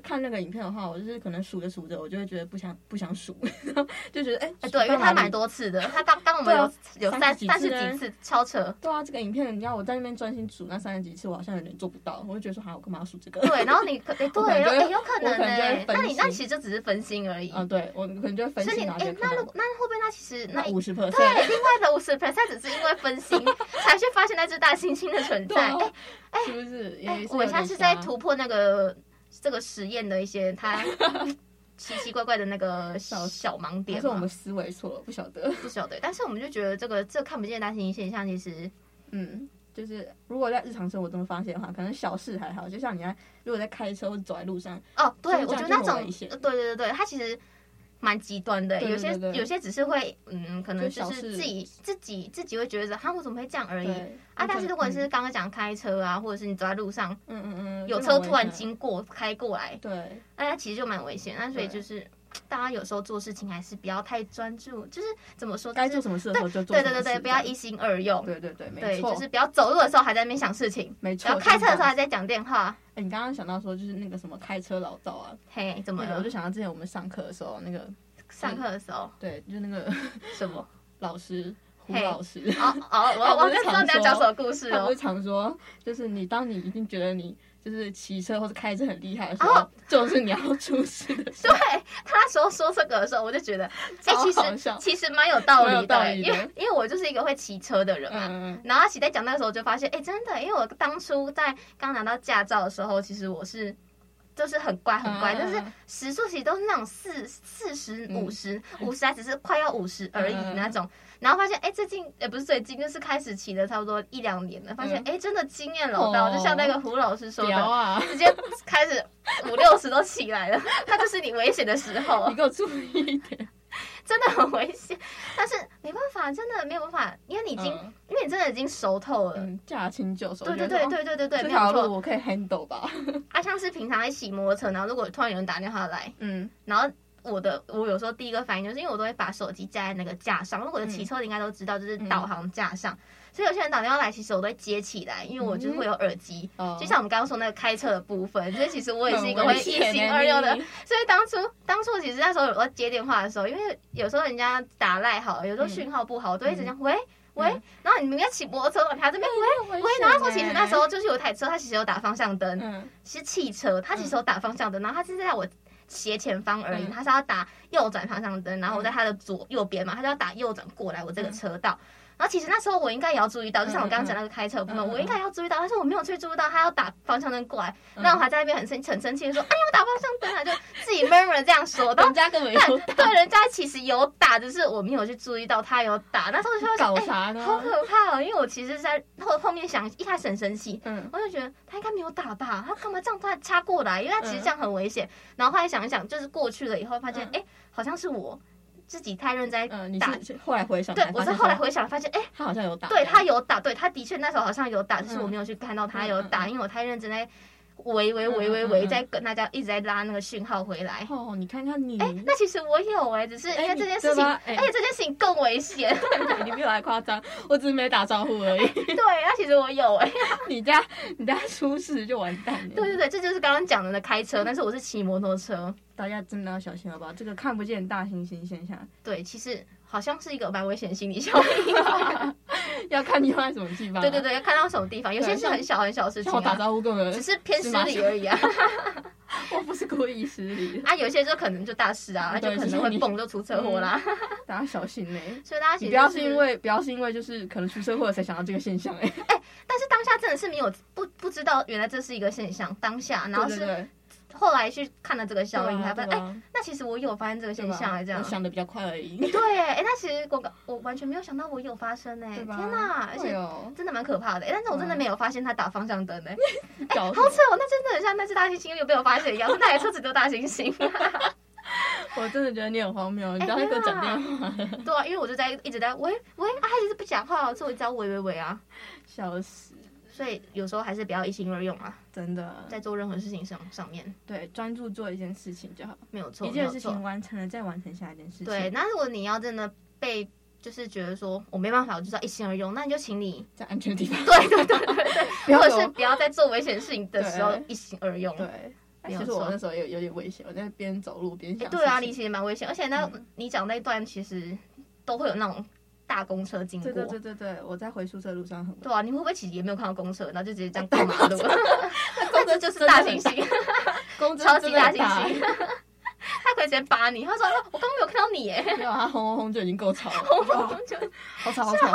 Speaker 2: 看那个影片的话，我就是可能数着数着，我就会觉得不想不想数， 然后就觉得哎、
Speaker 3: 哎，对，因为他蛮。多次的，他刚刚我们有、有三
Speaker 2: 啊三
Speaker 3: 三
Speaker 2: 十几
Speaker 3: 十
Speaker 2: 次呢
Speaker 3: 几次超扯，
Speaker 2: 对啊，这个影片你要我在那边专心数那三十几次，我好像有点做不到，我就觉得说，好，我干嘛要数 这个？
Speaker 3: 对，然后你可、哎
Speaker 2: 我可
Speaker 3: 对，
Speaker 2: 能
Speaker 3: 有、
Speaker 2: 就会
Speaker 3: 哎有可能
Speaker 2: 我可能就
Speaker 3: 哎、
Speaker 2: 会分
Speaker 3: 那你
Speaker 2: 心
Speaker 3: 那其实就只是分心而已。
Speaker 2: 啊，对我可能就会分
Speaker 3: 所以
Speaker 2: 心，
Speaker 3: 你
Speaker 2: 然后就
Speaker 3: 哎，
Speaker 2: 可
Speaker 3: 那如
Speaker 2: 能
Speaker 3: 果那会不会那其实那
Speaker 2: 那五十 percent，
Speaker 3: 对另外的五十 percent 只是因为 分心才去发现那只大猩猩的存
Speaker 2: 对
Speaker 3: 在？
Speaker 2: 啊
Speaker 3: 哎、，
Speaker 2: 是不是？
Speaker 3: 哎
Speaker 2: 也是
Speaker 3: 我
Speaker 2: 有
Speaker 3: 现在
Speaker 2: 点
Speaker 3: 是在
Speaker 2: 瞎
Speaker 3: 突破那个这个实验的一些 它奇奇怪怪的那个小小盲
Speaker 2: 还
Speaker 3: 点
Speaker 2: 是我
Speaker 3: 嘛
Speaker 2: 们，思维错了，不晓得。
Speaker 3: 不晓得。但是我们就觉得这个这看不见的大猩猩现象其实
Speaker 2: 嗯，就是如果在日常生活中发现的话，可能小事还好，就像你在如果在开车或者走在路上，
Speaker 3: 哦，
Speaker 2: 就是
Speaker 3: 对，
Speaker 2: 这
Speaker 3: 我觉
Speaker 2: 样就
Speaker 3: 得那
Speaker 2: 很
Speaker 3: 种，
Speaker 2: 危险
Speaker 3: 呃对对对对，它其实蛮极端的，
Speaker 2: 对对
Speaker 3: 有
Speaker 2: 对
Speaker 3: 些
Speaker 2: 对
Speaker 3: 有些只是会，嗯，可能
Speaker 2: 就小
Speaker 3: 就是
Speaker 2: 事
Speaker 3: 自己自己自己会觉得，哈，我怎么会这样而已
Speaker 2: 对
Speaker 3: 啊？但是如果
Speaker 2: 嗯
Speaker 3: 是刚刚讲开车啊，或者是你走在路上，
Speaker 2: 嗯嗯嗯，
Speaker 3: 有
Speaker 2: 就
Speaker 3: 车
Speaker 2: 很
Speaker 3: 突
Speaker 2: 危
Speaker 3: 然
Speaker 2: 险，
Speaker 3: 经过哎开过来，
Speaker 2: 对，
Speaker 3: 那它其实就蛮危险。那所以
Speaker 2: 对
Speaker 3: 就是大家有时候做事情还是不要太专注，就是怎么说，
Speaker 2: 该
Speaker 3: 就
Speaker 2: 做
Speaker 3: 是
Speaker 2: 什么事的时候就做
Speaker 3: 对
Speaker 2: 什么
Speaker 3: 对
Speaker 2: 事，
Speaker 3: 对对，不要一心二用，
Speaker 2: 对对对，没
Speaker 3: 对，
Speaker 2: 错，
Speaker 3: 就是不要走路的时候还在那边想事情，
Speaker 2: 没
Speaker 3: 然
Speaker 2: 错。
Speaker 3: 后开车的时候
Speaker 2: 哎
Speaker 3: 还在讲电话，、
Speaker 2: 你刚刚想到说就是那个什么开车老道啊，
Speaker 3: 嘿，怎么
Speaker 2: 那个我
Speaker 3: 了
Speaker 2: 就？想嗯到之前我们上课的时候，那个
Speaker 3: 上课的时候
Speaker 2: 对，就那个
Speaker 3: 什么？
Speaker 2: 老师胡
Speaker 3: 嘿
Speaker 2: 老师，
Speaker 3: 哦哦，
Speaker 2: 哎
Speaker 3: 我我知道你要讲什么故事
Speaker 2: 他不
Speaker 3: 哦
Speaker 2: 是。常说，就是你当你已经觉得你就是骑车或者开车很厉害的时候，
Speaker 3: 哦
Speaker 2: 就是你要出事的时
Speaker 3: 对他那时候说这个的时候，我就觉得，哎、
Speaker 2: 超
Speaker 3: 其
Speaker 2: 好
Speaker 3: 实
Speaker 2: 笑
Speaker 3: 其实蛮有道
Speaker 2: 蛮
Speaker 3: 理的，
Speaker 2: 有道理的
Speaker 3: 因为因为我就是一个会骑车的人
Speaker 2: 候。
Speaker 3: 嘛。
Speaker 2: 嗯，
Speaker 3: 然后阿喜在讲那个时候，我就发现，哎、真的，因为我当初在刚拿到驾照的时候，其实我是就是很乖很乖，
Speaker 2: 嗯
Speaker 3: 但是时速其实都是那种四四十
Speaker 2: 嗯
Speaker 3: 五十五十，还只是快要五十而已
Speaker 2: 嗯嗯嗯
Speaker 3: 那种。然后发现，哎、最近也、不是最近，就是开始骑了差不多一两年了，发
Speaker 2: 嗯
Speaker 3: 现，哎、真的经验老道，
Speaker 2: 哦
Speaker 3: 就像那个胡老师说的
Speaker 2: 屌，啊！
Speaker 3: 直接开始五六十都起来了， 那就是你危险的时候
Speaker 2: 你，给我注意一点。
Speaker 3: 真的很危险。但是没办法，真的没有办法，因为你已经，
Speaker 2: 嗯
Speaker 3: 因为你真的已经熟透了。
Speaker 2: 嗯，驾轻就熟。
Speaker 3: 对对
Speaker 2: 我觉得
Speaker 3: 对
Speaker 2: 哦
Speaker 3: 对对对对，
Speaker 2: 这
Speaker 3: 没
Speaker 2: 条
Speaker 3: 有
Speaker 2: 路
Speaker 3: 错。
Speaker 2: 我可以 handle 吧？
Speaker 3: 啊，像是平常在骑摩托车，然后如果突然有人打电话来，
Speaker 2: 嗯，
Speaker 3: 然后我的我有时候第一个反应就是因为我都会把手机架在那个架上，如果我
Speaker 2: 嗯
Speaker 3: 的骑车的应该都知道，就是导航架上。所以有些人打电话来，其实我都会接起来，因为我就是会有耳机。
Speaker 2: 哦
Speaker 3: 就像我们刚刚说那个开车的部分，所以其实我也是一个
Speaker 2: 很
Speaker 3: 会
Speaker 2: 危
Speaker 3: 一
Speaker 2: 险
Speaker 3: 心
Speaker 2: 欸
Speaker 3: 二用的哎
Speaker 2: 你
Speaker 3: 所以当初当初其实
Speaker 2: 嗯
Speaker 3: 那时候我在接电话的时候，因为有时候人家打赖好，有时候讯号不好，我都会一直讲喂喂，然后你们要骑摩托车，你还这边喂喂，然后他说其
Speaker 2: 欸
Speaker 3: 实那时候就是有一台车，它其实有打方向灯，
Speaker 4: 哎嗯，
Speaker 3: 是汽车，它其实有打方向灯，然后它是在我斜前方而已，
Speaker 4: 嗯
Speaker 3: 它是要打右转方向灯，然后我在它的左右边嘛，它就要打右转过来我这个车道。然后其实那时候我应该也要注意到，就像我刚刚讲那个开车的部分，
Speaker 4: 嗯嗯嗯嗯嗯
Speaker 3: 我应该要注意到，但是我没有去注意到他要打方向灯过来，
Speaker 2: 嗯
Speaker 3: 那我还在那边很生很生气的说：“哎呀，我打方向灯啊！”就自己 murmur 地这样说，然后
Speaker 2: 人家根本
Speaker 3: 但
Speaker 2: 就
Speaker 3: 对人家其实有打，只是我没有去注意到他有打。那时候就会想，
Speaker 2: 搞
Speaker 3: 哎、
Speaker 2: 啥呢？
Speaker 3: 好可怕哦！因为我其实在后后面想，一开始很生气，
Speaker 4: 嗯，
Speaker 3: 我就觉得他应该没有打吧，他干嘛这样突然插过来？因为他其实这样很危险。然后后来想一想，就是过去了以后，发现哎、诶好像是我自己太认真在
Speaker 2: 嗯嗯，你
Speaker 3: 哎打。
Speaker 2: 是后来回想才
Speaker 3: 对
Speaker 2: 发现，，
Speaker 3: 我是后来回想发现，哎、
Speaker 2: 他好像有打，哦
Speaker 3: 对他有打，对他的确那时候好像有打，只是
Speaker 4: 嗯
Speaker 3: 我没有去看到他有
Speaker 4: 嗯
Speaker 3: 打，因为我太认真在围围围围
Speaker 2: 嗯嗯
Speaker 3: 围，
Speaker 2: 嗯
Speaker 3: 在跟大家一直在拉那个讯号回来。
Speaker 2: 哦，你看看你，
Speaker 3: 哎、那其实我有哎、只是因
Speaker 2: 哎
Speaker 3: 为
Speaker 2: 你
Speaker 3: 这件事情，
Speaker 2: 对吧哎
Speaker 3: 而且这件事情更危险。
Speaker 2: 你比我还夸张，我只是没打招呼而已。
Speaker 3: 对，那其实我有哎、
Speaker 2: 你家你家出事就完蛋了。
Speaker 3: 对对对，这就是刚刚讲的那开车，但是我是骑摩托车。
Speaker 2: 大家真的要小心好不好？这个看不见大猩猩现象，
Speaker 3: 对，其实好像是一个蛮危险的心理效应。
Speaker 2: 要看你用在什么地方、啊
Speaker 3: 对对，对，要看到什么地方，有些是很小很小的事情、
Speaker 2: 像我打
Speaker 3: 啊，
Speaker 2: 招呼根本
Speaker 3: 只是偏失礼而已啊。
Speaker 2: 我不是故意失礼的，
Speaker 3: 啊，有些就可能就大事啊，那就
Speaker 2: 对
Speaker 3: 可
Speaker 2: 只
Speaker 3: 能
Speaker 2: 是
Speaker 3: 会
Speaker 2: 你
Speaker 3: 蹦就出车祸啦。
Speaker 2: 大家小心呢、
Speaker 3: 所以大家其
Speaker 2: 你不
Speaker 3: 实
Speaker 2: 要
Speaker 3: 就是
Speaker 2: 因，为不要是因为就是可能出车祸了才想到这个现象哎、
Speaker 3: 但是当下真的是没有不不知道原来这是一个现象，当下，然后
Speaker 2: 对对
Speaker 3: 是
Speaker 2: 对，
Speaker 3: 后来去看了这个效应，才发
Speaker 2: 对
Speaker 3: 现
Speaker 2: 吧
Speaker 3: 哎，那其实我有发现这个现
Speaker 2: 对吧
Speaker 3: 象哎，这样
Speaker 2: 我。想的比较快而已。
Speaker 3: 对，哎，那其实我刚我完全没有想到我有发生哎，
Speaker 2: 对
Speaker 3: 天
Speaker 2: 吧
Speaker 3: 哪，而
Speaker 2: 哎
Speaker 3: 且
Speaker 2: 呦，
Speaker 3: 真的蛮可怕的，欸但是我真的
Speaker 2: 嗯
Speaker 3: 没有发现他打方向灯哎、欸，
Speaker 2: 搞
Speaker 3: 好扯哦，那真的很像那只大猩猩又被我发现一样，那台车子都大猩 猩，
Speaker 2: 我真的觉得你很荒谬，你知道
Speaker 3: 哎
Speaker 2: 那个
Speaker 3: 对
Speaker 2: 讲
Speaker 3: 啊
Speaker 2: 电话，
Speaker 3: 对啊，因为我就在一直在喂喂，啊，他一直不讲话哦，所以我只要喂喂喂啊，
Speaker 2: 笑死，
Speaker 3: 所以有时候还是不要一心二用啊，
Speaker 2: 真的，
Speaker 3: 在做任何事情上上面
Speaker 2: 对，专注做一件事情就好，
Speaker 3: 没有错，
Speaker 2: 一
Speaker 3: 没有
Speaker 2: 件事
Speaker 3: 错
Speaker 2: 情，完成了再完成下一件事情。
Speaker 3: 对，，那如果你要真的被。就是觉得说我没办法，我就是要一心二用，那你就请你，
Speaker 2: 在安全地方
Speaker 3: 对对对对对，
Speaker 2: 不要
Speaker 3: 或
Speaker 2: 给
Speaker 3: 者
Speaker 2: 我
Speaker 3: 是不要在做危险事情的时候
Speaker 2: 对
Speaker 3: 一心二用。
Speaker 2: 对。但
Speaker 3: 没
Speaker 2: 哎
Speaker 3: 有
Speaker 2: 其实我
Speaker 3: 错
Speaker 2: 那时候有有点危险，我在边走路边
Speaker 3: 哎、
Speaker 2: 想事情。
Speaker 3: 对啊，你其实蛮危险，而且那、你讲那一段其实都会有那种大公车经过。
Speaker 2: 对对对对对，我在回宿舍路上很危
Speaker 3: 对啊，你会不会其实也没有看到公车，然后就直接这样过马
Speaker 2: 公
Speaker 3: 路？
Speaker 2: 车
Speaker 3: 这就是大猩猩，
Speaker 2: 公车
Speaker 3: 超级
Speaker 2: 真的
Speaker 3: 大
Speaker 2: 很
Speaker 3: 猩
Speaker 2: 大
Speaker 3: 猩，他可以直接扒你。他说：“哦我刚刚没有看到你耶。
Speaker 2: 没有它轰轰轰就已经够吵了，
Speaker 3: 我就”
Speaker 2: 好吵好吵，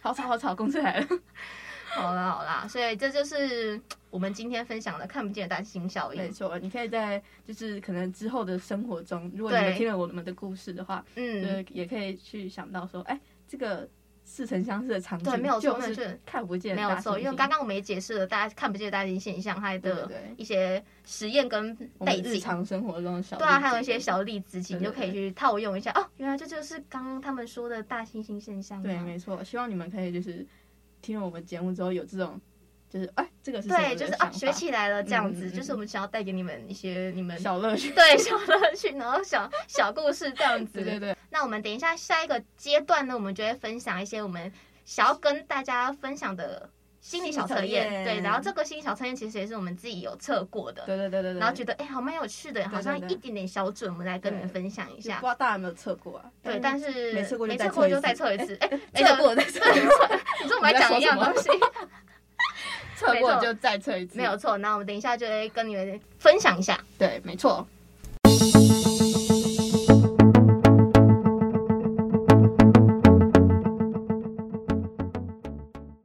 Speaker 2: 好吵好吵，公车来了。
Speaker 3: 好啦好啦，所以这就是我们今天分享的看不见的大猩猩效
Speaker 2: 没
Speaker 3: 应。
Speaker 2: 错，你可以在就是可能之后的生活中，如果你
Speaker 3: 对
Speaker 2: 们听了我们的故事的话，
Speaker 3: 嗯，
Speaker 2: 呃，也可以去想到说，哎，这个似曾相识的场景，
Speaker 3: 对没有错
Speaker 2: 就
Speaker 3: 没有
Speaker 2: 是
Speaker 3: 错
Speaker 2: 看不见
Speaker 3: 没
Speaker 2: 的
Speaker 3: 有
Speaker 2: 大猩猩，
Speaker 3: 错，因为刚刚我们也解释了大家看不见的大猩猩现象，它
Speaker 2: 对对
Speaker 3: 的
Speaker 2: 对，
Speaker 3: 一些实验跟
Speaker 2: 我
Speaker 3: 背
Speaker 2: 们日
Speaker 3: 景。
Speaker 2: 常生活中的小
Speaker 3: 对
Speaker 2: 例
Speaker 3: 啊，
Speaker 2: 子
Speaker 3: 还有一些小例子，
Speaker 2: 对
Speaker 3: 你就可以去套用一下哦。原来这就是刚刚他们说的大猩猩现象啊。
Speaker 2: 对，没错，希望你们可以就是听了我们节目之后有这种，就是哎，这个是什么
Speaker 3: 对，
Speaker 2: 的
Speaker 3: 就是
Speaker 2: 想
Speaker 3: 啊，
Speaker 2: 法
Speaker 3: 学起来了这样子，
Speaker 2: 嗯嗯
Speaker 3: 就是我们想要带给你们一些你们
Speaker 2: 小乐趣，
Speaker 3: 对小乐趣，然后小小故事这样子。
Speaker 2: 对对对，
Speaker 3: 那我们等一下下一个阶段呢，我们就会分享一些我们想要跟大家分享的心理小测
Speaker 2: 心理测验
Speaker 3: 验。对，然后这个心理小测验其实也是我们自己有测过的，
Speaker 2: 对对对对对，
Speaker 3: 呃然后觉得哎、好蛮有趣的，好像
Speaker 2: 对
Speaker 3: 一点点小准，我们来跟你们分享一
Speaker 2: 就不
Speaker 3: 下
Speaker 2: 知。道大家有没有测过啊？
Speaker 3: 对，但是
Speaker 2: 没测过就
Speaker 3: 没
Speaker 2: 再
Speaker 3: 测
Speaker 2: 测
Speaker 3: 过
Speaker 2: 一
Speaker 3: 就
Speaker 2: 次
Speaker 3: 再测一次。哎，没
Speaker 2: 测
Speaker 3: 测
Speaker 2: 过再测一次，
Speaker 3: 你说我们来讲一样东西，
Speaker 2: 测
Speaker 3: 没
Speaker 2: 过
Speaker 3: 错
Speaker 2: 就再测一次，
Speaker 3: 没有错。那我们等一下就会跟你们分享一下。
Speaker 2: 对，没错。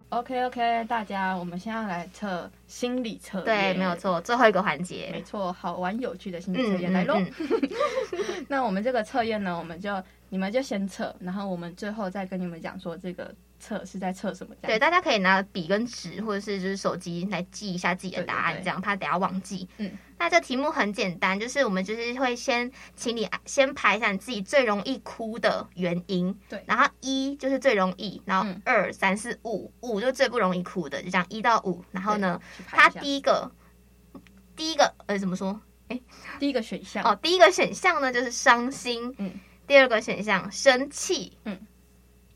Speaker 2: OK OK，大家，我们现在来测心理测验，
Speaker 3: 对，没有，错，最后一个环
Speaker 2: 没
Speaker 3: 节。
Speaker 2: 错，好玩有趣的心理测
Speaker 3: 嗯，
Speaker 2: 验
Speaker 3: 嗯
Speaker 2: 来喽。
Speaker 3: 嗯
Speaker 2: 嗯 那我们这个测验呢，我们就你们就先测，然后我们最后再跟你们讲说这个测是在测什么。这
Speaker 3: 对，
Speaker 2: 样，
Speaker 3: 大家可以拿笔跟纸，或者是就是手机来记一下自己的答案，
Speaker 2: 对对对
Speaker 3: 这样怕等下忘记。
Speaker 2: 嗯，
Speaker 3: 那这题目很简单，就是我们就是会先请你啊先排一下你自己最容易哭的原因。
Speaker 2: 对
Speaker 3: 然后一就是最容易，然后
Speaker 2: 嗯
Speaker 3: 二、三、四、五，五就最不容易哭的，就这样一到五。然后呢，
Speaker 2: 去排一
Speaker 3: 它
Speaker 2: 下
Speaker 3: 第一个，第一个呃怎么说？
Speaker 2: 第一个选项，
Speaker 3: 哦，第一个选项呢就是伤心，
Speaker 2: 嗯
Speaker 3: 第二个选项生气，
Speaker 2: 嗯，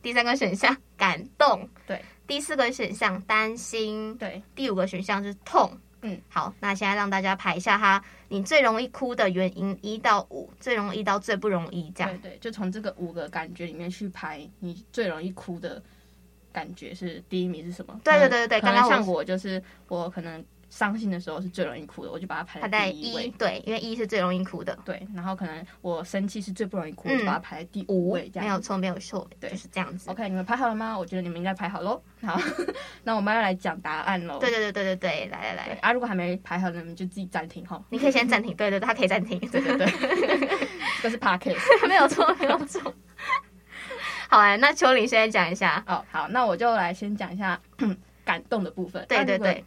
Speaker 3: 第三个选项感动，
Speaker 2: 对，
Speaker 3: 第四个选项担心，
Speaker 2: 对，
Speaker 3: 第五个选项是痛，
Speaker 2: 嗯，
Speaker 3: 好，那现在让大家排一下哈，你最容易哭的原因一到五，最容易到最不容易这样
Speaker 2: 对，对，就从这个五个感觉里面去排你最容易哭的感觉是第一名是什么。
Speaker 3: 对对对对对
Speaker 2: 可能
Speaker 3: 刚刚我
Speaker 2: 像我就是我可能伤心的时候是最容易哭的，我就把它排
Speaker 3: 它在
Speaker 2: 在第一
Speaker 3: 一，
Speaker 2: 位。
Speaker 3: 对，因为一是最容易哭的，
Speaker 2: 对，然后可能我生气是最不容易哭，
Speaker 3: 嗯
Speaker 2: 我就把它排在第五位这
Speaker 3: 没
Speaker 2: 样
Speaker 3: 有
Speaker 2: 子。
Speaker 3: 错，没有错，
Speaker 2: 对
Speaker 3: 就是这样子。
Speaker 2: OK，你们排好了吗？我觉得你们应该排好喽。好， 那我们要来讲答案喽。
Speaker 3: 对对对对对对，来来
Speaker 2: 对
Speaker 3: 来，
Speaker 2: 啊，如果还没排好，你们就自己暂停哈。
Speaker 3: 你可以先暂停，对对对，他可以暂停，对对对，
Speaker 2: 这是 p a r k
Speaker 3: 没有错，没有错。 好啊，那秋玲现在讲一下，
Speaker 2: 哦，好，那我就来先讲一下 感动的部分。
Speaker 3: 对
Speaker 2: 那
Speaker 3: 对
Speaker 2: 如果
Speaker 3: 对，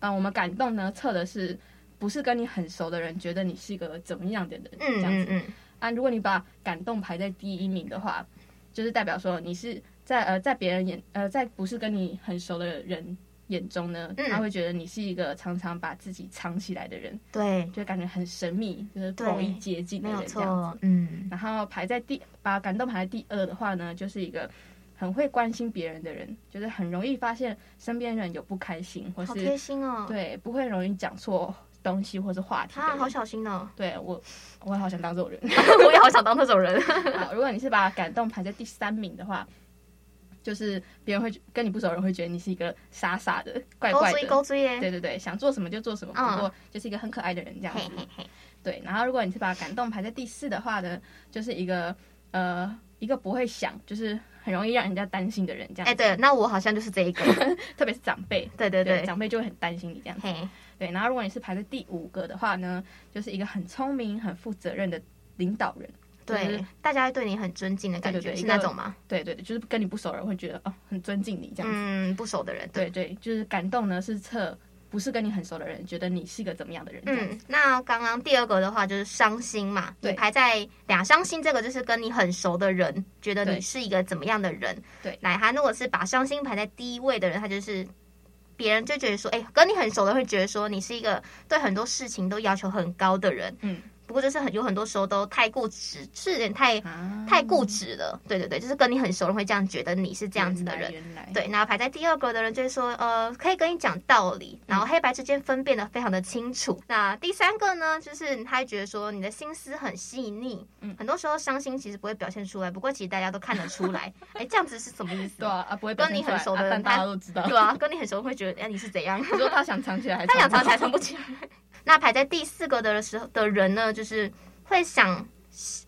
Speaker 2: 嗯，我们感动呢，测的是不是跟你很熟的人觉得你是一个怎么样的人，这
Speaker 3: 嗯
Speaker 2: 样子
Speaker 3: 嗯嗯，
Speaker 2: 啊。如果你把感动排在第一名的话，就是代表说你是在呃在别人眼呃在不是跟你很熟的人眼中呢，
Speaker 3: 嗯
Speaker 2: 他会觉得你是一个常常把自己藏起来的人，
Speaker 3: 对，
Speaker 2: 就感觉很神秘，就是不容易
Speaker 3: 对
Speaker 2: 接近的
Speaker 3: 没有
Speaker 2: 人这样子。
Speaker 3: 错，嗯，
Speaker 2: 然后排在第把感动排在第二的话呢，就是一个很会关心别人的人，就是很容易发现身边人有不开心或
Speaker 3: 好
Speaker 2: 是
Speaker 3: 贴心哦，
Speaker 2: 对，不会容易讲错东西或是话题的
Speaker 3: 啊，
Speaker 2: 人
Speaker 3: 好小心哦，
Speaker 2: 对我，我也好想当这种人。
Speaker 3: 我也好想当那种 人，
Speaker 2: 好，如果你是把感动排在第三名的话，就是别人会觉跟你不熟的人会觉得你是一个傻傻的、怪
Speaker 3: 勾
Speaker 2: 怪
Speaker 3: 追
Speaker 2: 的。
Speaker 3: 勾追耶，
Speaker 2: 对对对，想做什么就做什么，
Speaker 3: 嗯
Speaker 2: 不过就是一个很可爱的人这样
Speaker 3: 嘿
Speaker 2: 子。
Speaker 3: 嘿嘿，
Speaker 2: 对，然后如果你是把感动排在第四的话呢，就是一个呃一个不会想，就是很容易让人家担心的人这样子。
Speaker 3: 哎，对，那我好像就是这一 个，
Speaker 2: 特别是长辈，
Speaker 3: 对对对，
Speaker 2: 长辈就会很担心你这样子。
Speaker 3: 嘿，
Speaker 2: 对，然后如果你是排在第五个的话呢，就是一个很聪明、很负责任的领导人。就是
Speaker 3: 对，大家会嗯对你很尊敬的感
Speaker 2: 对对
Speaker 3: 觉，
Speaker 2: 对
Speaker 3: 是
Speaker 2: 一个
Speaker 3: 那种吗？
Speaker 2: 对对对，就是跟你不熟的人会觉得哦，很尊敬你这样子。
Speaker 3: 嗯，不熟的人，对。
Speaker 2: 对对，就是感动呢是测不是跟你很熟的人觉得你是一个怎么样的人这样子。
Speaker 3: 嗯，那刚刚第二个的话就是伤心嘛，
Speaker 2: 对
Speaker 3: 你排在两伤心这个就是跟你很熟的人，觉得你
Speaker 2: 对
Speaker 3: 是一个怎么样的人。
Speaker 2: 对
Speaker 3: 来，他如果是把伤心排在第一位的人，他就是别人就觉得说，哎、跟你很熟的会觉得说你是一个对很多事情都要求很高的人。
Speaker 2: 嗯，
Speaker 3: 不过就是很有很多时候都太固执，是有点太
Speaker 2: 啊，
Speaker 3: 太固执了。对对对，就是跟你很熟的人会这样觉得你是这样子的人。
Speaker 2: 原来，原来
Speaker 3: 对，那排在第二个的人就是说，呃，可以跟你讲道理，然后黑白之间分辨的非常的清楚。那第三个呢，就是他会觉得说你的心思很细腻，
Speaker 2: 嗯
Speaker 3: 很多时候伤心其实不会表现出来，不过其实大家都看得出来。哎，这样子是什么意思？
Speaker 2: 对啊，啊不会
Speaker 3: 跟
Speaker 2: 表现
Speaker 3: 你
Speaker 2: 出来
Speaker 3: 很熟
Speaker 2: 啊
Speaker 3: 的
Speaker 2: 但
Speaker 3: 人
Speaker 2: 大
Speaker 3: 他
Speaker 2: 家都知道。
Speaker 3: 对啊，跟你很熟会觉得，哎，你是怎样？
Speaker 2: 你说他想藏起来还是
Speaker 3: 他想
Speaker 2: 藏
Speaker 3: 藏
Speaker 2: 不哦
Speaker 3: 起
Speaker 2: 起
Speaker 3: 来藏不起来。 那排在第四个的时候的人呢，就是会想。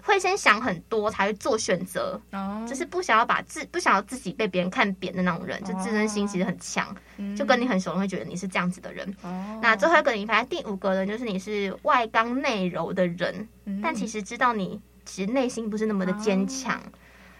Speaker 3: 会先想很多，才会做选择，
Speaker 2: 来？哦，
Speaker 3: 就是不想要把自不想要自己被别人看扁的那种人，就自尊心其实很强。
Speaker 2: 嗯
Speaker 3: 就跟你很熟，会觉得你是这样子的人。
Speaker 2: 哦
Speaker 3: 那最后一个你排在第五个人，就是你是外刚内柔的人，
Speaker 2: 嗯
Speaker 3: 但其实知道你其实内心不是那么的坚强，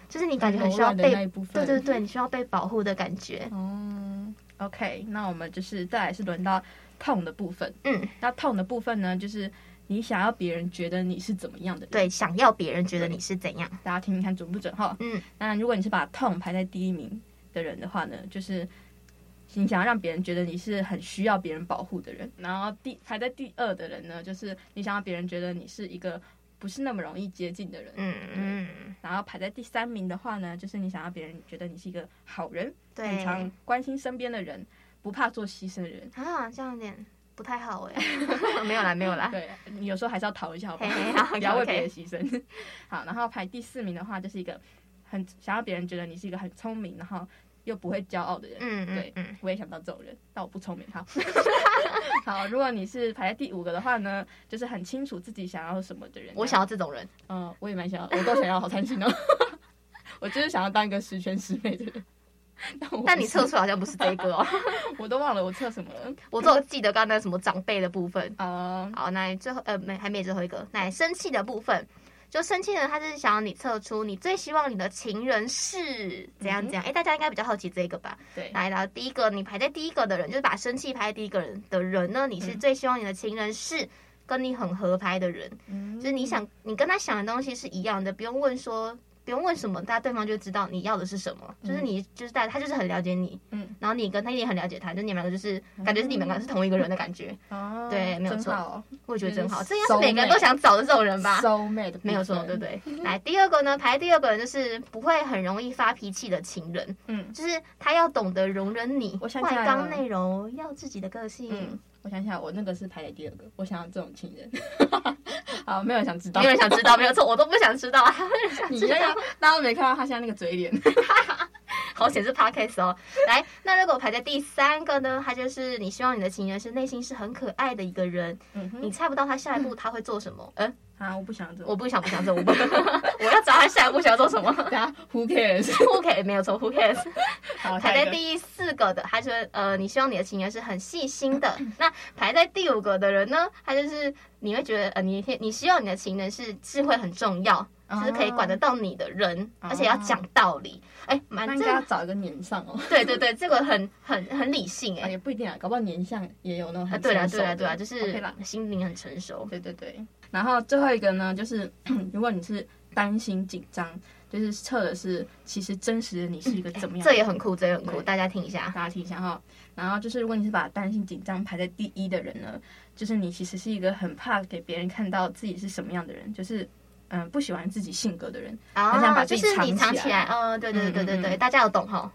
Speaker 3: 就是你感觉很需
Speaker 2: 哦
Speaker 3: 要
Speaker 2: 柔软的那
Speaker 3: 被
Speaker 2: 一部，分
Speaker 3: 对对对，你需要被保护的感觉。
Speaker 2: 哦，OK，那我们就是再来是轮到痛的部分。
Speaker 3: 嗯，
Speaker 2: 那痛的部分呢，就是你想要别人觉得你是怎么样的人。
Speaker 3: 对，想要别人觉得你是怎样，
Speaker 2: 大家听听看准不准哈？
Speaker 3: 嗯，
Speaker 2: 那如果你是把痛排在第一名的人的话呢，就是你想要让别人觉得你是很需要别人保护的人。然后第排在第二的人呢，就是你想要别人觉得你是一个不是那么容易接近的人。
Speaker 3: 嗯嗯，
Speaker 2: 然后排在第三名的话呢，就是你想要别人觉得你是一个好人，
Speaker 3: 对
Speaker 2: 很常关心身边的人，不怕做牺牲的人。
Speaker 3: 啊，这样有点不太好哎、 没有啦，没有啦，
Speaker 2: 对，你有时候还是要逃一下，好不
Speaker 3: 嘿 嘿好
Speaker 2: 好？不要为
Speaker 3: OK，OK
Speaker 2: 别人牺牲。 好，然后排第四名的话，就是一个很想要别人觉得你是一个很聪明，然后又不会骄傲的人。
Speaker 3: 嗯嗯
Speaker 2: 对
Speaker 3: 嗯，
Speaker 2: 我也想到这种人，但我不聪明。 好，好，如果你是排在第五个的话呢，就是很清楚自己想要什么的人。
Speaker 3: 我想，要这种人，
Speaker 2: 嗯、我也蛮想要，我都想要，好贪心哦。 我就是想要当一个十全十美的人。 但我
Speaker 3: 但你
Speaker 2: 不是
Speaker 3: 测出来好像不是这个哦，
Speaker 2: 我都忘了我测什么了。
Speaker 3: 我只有记得刚才那什么长辈的部分。
Speaker 2: 啊、
Speaker 3: 好，那最后呃没还没最后一个，那生气的部分，就生气呢，他是想要你测出你最希望你的情人是怎样怎样。哎、大家应该比较好奇这个吧？
Speaker 2: 对，
Speaker 3: 来，然后第一个你排在第一个的人，就是把生气排在第一个人的人呢，你是最希望你的情人是。跟你很合拍的人，
Speaker 2: 嗯
Speaker 3: 就是你想你跟他想的东西是一样的，不用问说不用问什么，大家对方就知道你要的是什么。就是你就是大他就是很了解你，
Speaker 2: 嗯，
Speaker 3: 然后你跟他也很了解他，就你们两个就是感觉是你们两个是同一个人的感觉。
Speaker 2: 哦
Speaker 3: 对没有
Speaker 2: 真
Speaker 3: 错
Speaker 2: 好哦
Speaker 3: 我觉得真好，
Speaker 2: 就是
Speaker 3: 这应该是每个人都想找的这种人吧？
Speaker 2: 收妹的部分
Speaker 3: 没有错，对不？ 对？来，第二个呢，排第二个人就是不会很容易发脾气的情人，
Speaker 2: 嗯
Speaker 3: 就是他要懂得容忍你，
Speaker 2: 我想起
Speaker 3: 外
Speaker 2: 来了
Speaker 3: 刚内柔，要自己的个性。
Speaker 2: 嗯，我想想，我那个是排在第二个，我想要这种情人。 好，没有人想知道，
Speaker 3: 没有人想知道，没有错，我都不想知道啊！
Speaker 2: 你那个大家都没看到他现在那个嘴脸，
Speaker 3: 好险是 podcast 哦。 来，那如果排在第三个呢，他就是你希望你的情人是内心是很可爱的一个人，
Speaker 2: 嗯哼
Speaker 3: 你猜不到他下一步他会做什么。嗯，
Speaker 2: 啊，我不想这种
Speaker 3: 我不想不想做，我不， 我要找他下一步想要做什么。
Speaker 2: 大家 who cares？
Speaker 3: Who cares？没有错，Who cares？
Speaker 2: 好，
Speaker 3: 排
Speaker 2: 下一
Speaker 3: 在
Speaker 2: 个
Speaker 3: 第四个的，他就是呃，你希望你的情人是很细心的。那排在第五个的人呢，他就是你会觉得呃，你你希望你的情人是智慧很重要，
Speaker 2: 哦
Speaker 3: 就是可以管得到你的人，而且要讲道理。哎，蛮
Speaker 2: 啊那应
Speaker 3: 这
Speaker 2: 该要
Speaker 3: 个
Speaker 2: 找一个年上哦，
Speaker 3: 对对对，这个很很很理性
Speaker 2: 啊
Speaker 3: 哎、
Speaker 2: 也不一定啊，搞不好年上也有那种
Speaker 3: 啊，
Speaker 2: 很
Speaker 3: 对啦
Speaker 2: 成熟
Speaker 3: 对啦
Speaker 2: 的
Speaker 3: 对啦，就
Speaker 2: OK
Speaker 3: 是
Speaker 2: 啦，
Speaker 3: 心灵很成熟。
Speaker 2: 对对对。然后最后一个呢，就是 如果你是担心紧张，就是测的是其实真实的你是一个怎么样的
Speaker 3: 这
Speaker 2: 人，
Speaker 3: 也很酷，这也很酷，
Speaker 2: 对
Speaker 3: 大家听一下。
Speaker 2: 大家听一下哈。然后就是，如果你是把担心、紧张排在第一的人呢，就是你其实是一个很怕给别人看到自己是什么样的人，就是嗯不喜欢自己性格的人。很想把自
Speaker 3: 啊就
Speaker 2: 己
Speaker 3: 是你
Speaker 2: 藏
Speaker 3: 藏
Speaker 2: 起
Speaker 3: 起
Speaker 2: 来
Speaker 3: 来，嗯，对对对对
Speaker 2: 嗯嗯
Speaker 3: 对，
Speaker 2: 嗯
Speaker 3: 大家有懂哈？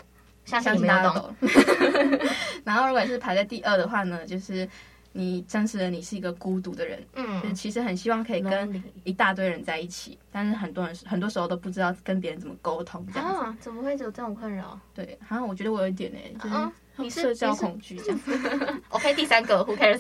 Speaker 3: 相信
Speaker 2: 相
Speaker 3: 你
Speaker 2: 信
Speaker 3: 们
Speaker 2: 大
Speaker 3: 有
Speaker 2: 家
Speaker 3: 懂。
Speaker 2: 懂。 然后，如果是排在第二的话呢，就是你真实的你是一个孤独的人，就是
Speaker 3: 嗯，
Speaker 2: 其实很希望可以跟
Speaker 3: Lonely
Speaker 2: 一大堆人在一起，但是很多人很多时候都不知道跟别人怎么沟通这样子。
Speaker 3: 啊，怎么会有这种困扰？
Speaker 2: 对，好像我觉得我有一点哎、就是。
Speaker 3: 嗯，你是
Speaker 2: 社交
Speaker 3: 你是
Speaker 2: 恐惧这样。
Speaker 3: OK，第三 个 Who cares？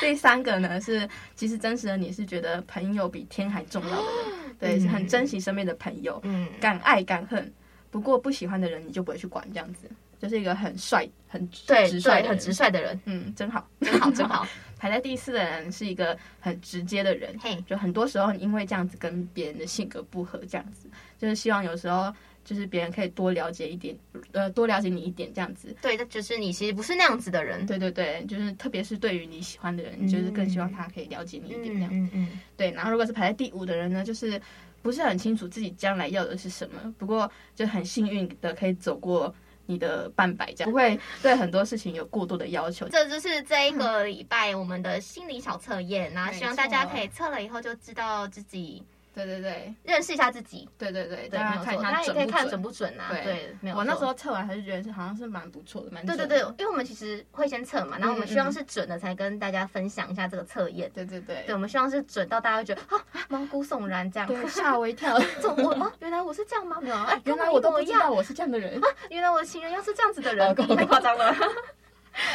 Speaker 2: 第三个呢是，其实真实的你是觉得朋友比天还重要的
Speaker 3: 哦
Speaker 2: 人，对，是很珍惜身边的朋友，
Speaker 3: 嗯，
Speaker 2: 敢爱敢恨。不过不喜欢的人你就不会去管，这样子就是一个很帅、很直
Speaker 3: 对
Speaker 2: 直率的
Speaker 3: 对，
Speaker 2: 人
Speaker 3: 很直。率的人，
Speaker 2: 嗯，真好。
Speaker 3: 真 好真好。
Speaker 2: 排在第四的人是一个很直接的人，
Speaker 3: 嘿，
Speaker 2: 就很多时候因为这样子跟别人的性格不合，这样子就是希望有时候就是别人可以多了解一点，呃，多了解你一点这样子。
Speaker 3: 对，那就是你其实不是那样子的人。
Speaker 2: 对对对，就是特别是对于你喜欢的人，就是更希望他可以了解你一点这
Speaker 3: 嗯
Speaker 2: 样。
Speaker 3: 嗯嗯，
Speaker 2: 对，然后如果是排在第五的人呢，就是不是很清楚自己将来要的是什么，不过就很幸运的可以走过你的半百，这样不会对很多事情有过多的要求。
Speaker 3: 这就是这一个礼拜我们的心理小测验，然后
Speaker 2: 没
Speaker 3: 希望大家
Speaker 2: 错
Speaker 3: 可以测了以后就知道自己
Speaker 2: 对对对
Speaker 3: 认识一下自己。
Speaker 2: 对对对，
Speaker 3: 对，
Speaker 2: 大家
Speaker 3: 没有
Speaker 2: 看一
Speaker 3: 错，大
Speaker 2: 下
Speaker 3: 家也可以
Speaker 2: 准
Speaker 3: 看
Speaker 2: 不
Speaker 3: 准
Speaker 2: 准。
Speaker 3: 不准啊。
Speaker 2: 对
Speaker 3: 对，没有错。
Speaker 2: 我那时候测完还是觉得是好像是蛮不错嗯的，蛮
Speaker 3: 对对
Speaker 2: 准
Speaker 3: 对，
Speaker 2: 的
Speaker 3: 因为我们其实会先测嘛，然后我们希望是准的才跟大家分享一下这个测验。
Speaker 2: 对对对
Speaker 3: 对，我们希望是准到大家会觉得啊，毛骨悚然这样。
Speaker 2: 对，吓我一 跳，
Speaker 3: 这我哦，原来我是这样吗？没有，哎，
Speaker 2: 原
Speaker 3: 跟
Speaker 2: 来
Speaker 3: 我
Speaker 2: 我
Speaker 3: 一
Speaker 2: 都
Speaker 3: 模
Speaker 2: 不
Speaker 3: 一
Speaker 2: 知
Speaker 3: 样
Speaker 2: 道。我是这样的人。
Speaker 3: 原来我的情人要是这样子的人，
Speaker 2: 哦够了
Speaker 3: 太夸张了。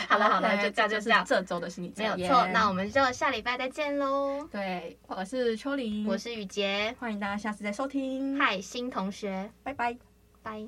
Speaker 3: 好了好了，
Speaker 2: 对
Speaker 3: 就这样就
Speaker 2: 就是
Speaker 3: 这样，
Speaker 2: 这周的心理测
Speaker 3: 没有
Speaker 2: 验，
Speaker 3: 错。那我们就下礼拜再见喽。
Speaker 2: 对，我是秋玲，
Speaker 3: 我是雨杰，
Speaker 2: 欢迎大家下次再收听，
Speaker 3: 嗨，新同学，
Speaker 2: 拜拜。
Speaker 3: 拜。